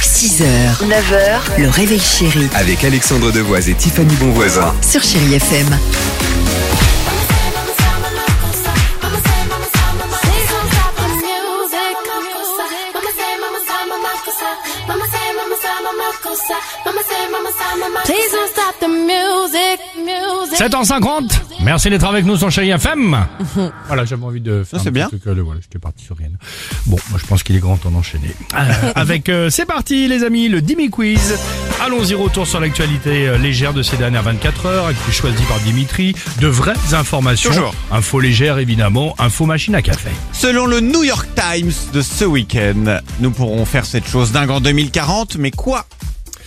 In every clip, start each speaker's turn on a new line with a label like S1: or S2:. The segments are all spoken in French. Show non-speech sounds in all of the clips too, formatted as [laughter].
S1: 6h, 9h, le réveil chéri
S2: Avec Alexandre Devoise et Tiffany Bonvoisin.
S1: sur Chérie FM.
S3: Please don't stop the music, music.
S4: 7h50 Merci d'être avec nous sur Chéri
S5: [laughs]
S4: FM Voilà, j'avais envie de faire
S5: Non, c'est
S4: un petit
S5: bien.
S4: truc. euh, le- voilà, j'étais parti sur rien. Bon, moi je pense qu'il est grand temps d'enchaîner.
S5: [laughs]
S4: Euh, avec euh, C'est parti les amis, le Dimi Quiz. Allons-y retour sur l'actualité euh, légère de ces dernières 24 heures, avec plus choisi par Dimitri. De vraies informations.
S5: Toujours.
S4: Info légère évidemment, info machine à café.
S5: Selon le New York Times de ce week-end, nous pourrons faire cette chose dingue en 2040, mais quoi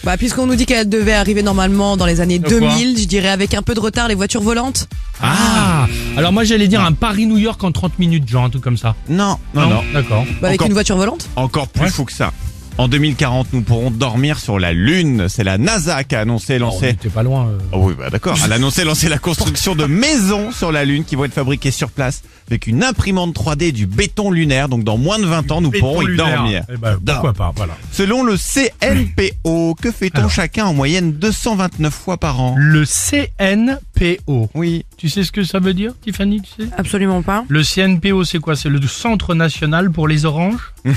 S6: Bah, puisqu'on nous dit qu'elle devait arriver normalement dans les années 2000, je dirais avec un peu de retard les voitures volantes.
S4: Ah Alors moi j'allais dire un Paris-New York en 30 minutes, genre un truc comme ça.
S5: Non, non, non.
S4: D'accord.
S6: Bah, avec
S5: Encore-
S6: une voiture volante
S5: Encore plus
S4: Ouais.
S5: fou que ça. En 2040, nous pourrons dormir sur la Lune. C'est la NASA qui a annoncé
S4: Oh,
S5: lancer.
S4: T'es pas loin. euh.
S5: Oh oui, bah d'accord. Elle a annoncé lancer la construction de maisons sur la Lune qui vont être fabriquées sur place avec une imprimante 3D et du béton lunaire. Donc dans moins de 20 ans, nous
S4: Béton
S5: pourrons y
S4: lunaire.
S5: dormir.
S4: Eh ben, pourquoi pas, voilà.
S5: Selon le CNPO, que fait-on
S4: Alors.
S5: chacun en moyenne 229 fois par an
S4: Le CNPO.
S5: Oui.
S4: Tu sais ce que ça veut dire, Tiffany tu sais
S6: Absolument pas.
S4: Le CNPO, c'est quoi C'est le Centre National pour les [laughs] Oranges
S5: non.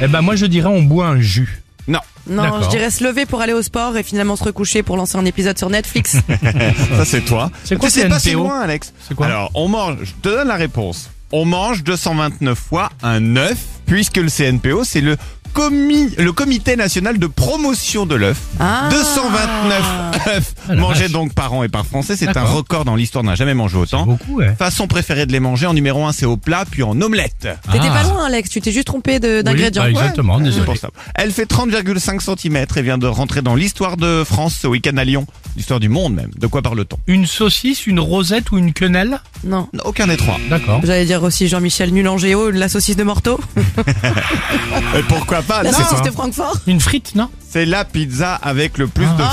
S4: Eh ben, moi, je dirais on boit un jus.
S5: Non.
S6: Non,
S4: D'accord.
S6: je dirais se lever pour aller au sport et finalement se recoucher pour lancer un épisode sur
S4: [laughs]
S6: Netflix.
S4: Ah.
S5: [laughs] Ça, c'est toi.
S4: C'est quoi
S5: Tu sais pas
S4: CNPO?
S5: si loin, Alex.
S4: C'est quoi
S5: Alors, on mange, je te donne la réponse. On mange 229 fois un œuf, puisque le CNPO, c'est le, comi- le Comité National de Promotion de l'œuf.
S6: Ah.
S5: 229 œufs
S4: Ah, la
S5: mangés
S4: vache.
S5: donc par an et par français. C'est un
S4: D'accord.
S5: record dans l'histoire, on n'a jamais mangé autant.
S4: Beaucoup, hein. ouais.
S5: Façon préférée de les manger, en numéro 1, c'est au plat, puis en omelette.
S6: T'étais
S4: Ah.
S6: pas loin, Alex, tu t'es juste trompé de- d'ingrédients.
S4: bah, Exactement,
S5: Ouais,
S4: désolé.
S5: c'est pour ça. Elle fait 30,5 cm et vient de rentrer dans l'histoire de France ce week-end à Lyon. L'histoire du monde même. De quoi parle-t-on
S4: Une saucisse, une rosette ou une quenelle
S6: Non.
S5: Aucun des trois.
S4: D'accord.
S6: J'allais dire aussi Jean-Michel Nul en géo, la saucisse de
S4: [laughs]
S6: Morteau,
S5: Et pourquoi
S4: Ah,
S5: pas
S6: la
S5: Non,
S6: saucisse de Francfort.
S4: Une frite, non
S5: C'est la pizza avec le plus de
S4: Ah,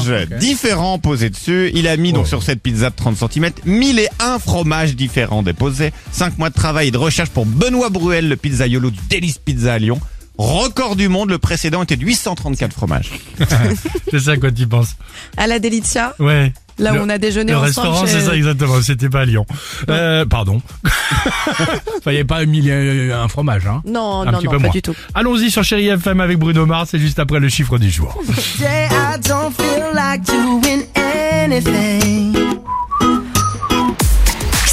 S5: fromages différents posés dessus. Il a mis donc
S4: Oh.
S5: sur cette pizza de 30 cm 1001 fromages différents déposés. 5 mois de travail et de recherche pour Benoît Bruel, le pizzaïolo du Délice Pizza à Lyon. Record du monde, le précédent était de 834 fromages.
S4: C'est ça, quoi, tu penses
S6: À la Delizia,
S4: Ouais.
S6: là
S4: Le-
S6: où on a déjeuné
S4: Le
S6: ensemble.
S4: restaurant,
S6: chez-
S4: c'est ça, exactement. C'était pas à Lyon. Euh, pardon. [laughs] Fallait pas mille et un fromage, hein
S6: Non,
S4: Un
S6: non,
S4: petit
S6: non,
S4: peu
S6: pas
S4: moins.
S6: du tout.
S4: Allons-y sur Chéri FM avec Bruno Mars, c'est juste après le chiffre du jour.
S7: Today I don't feel like doing anything.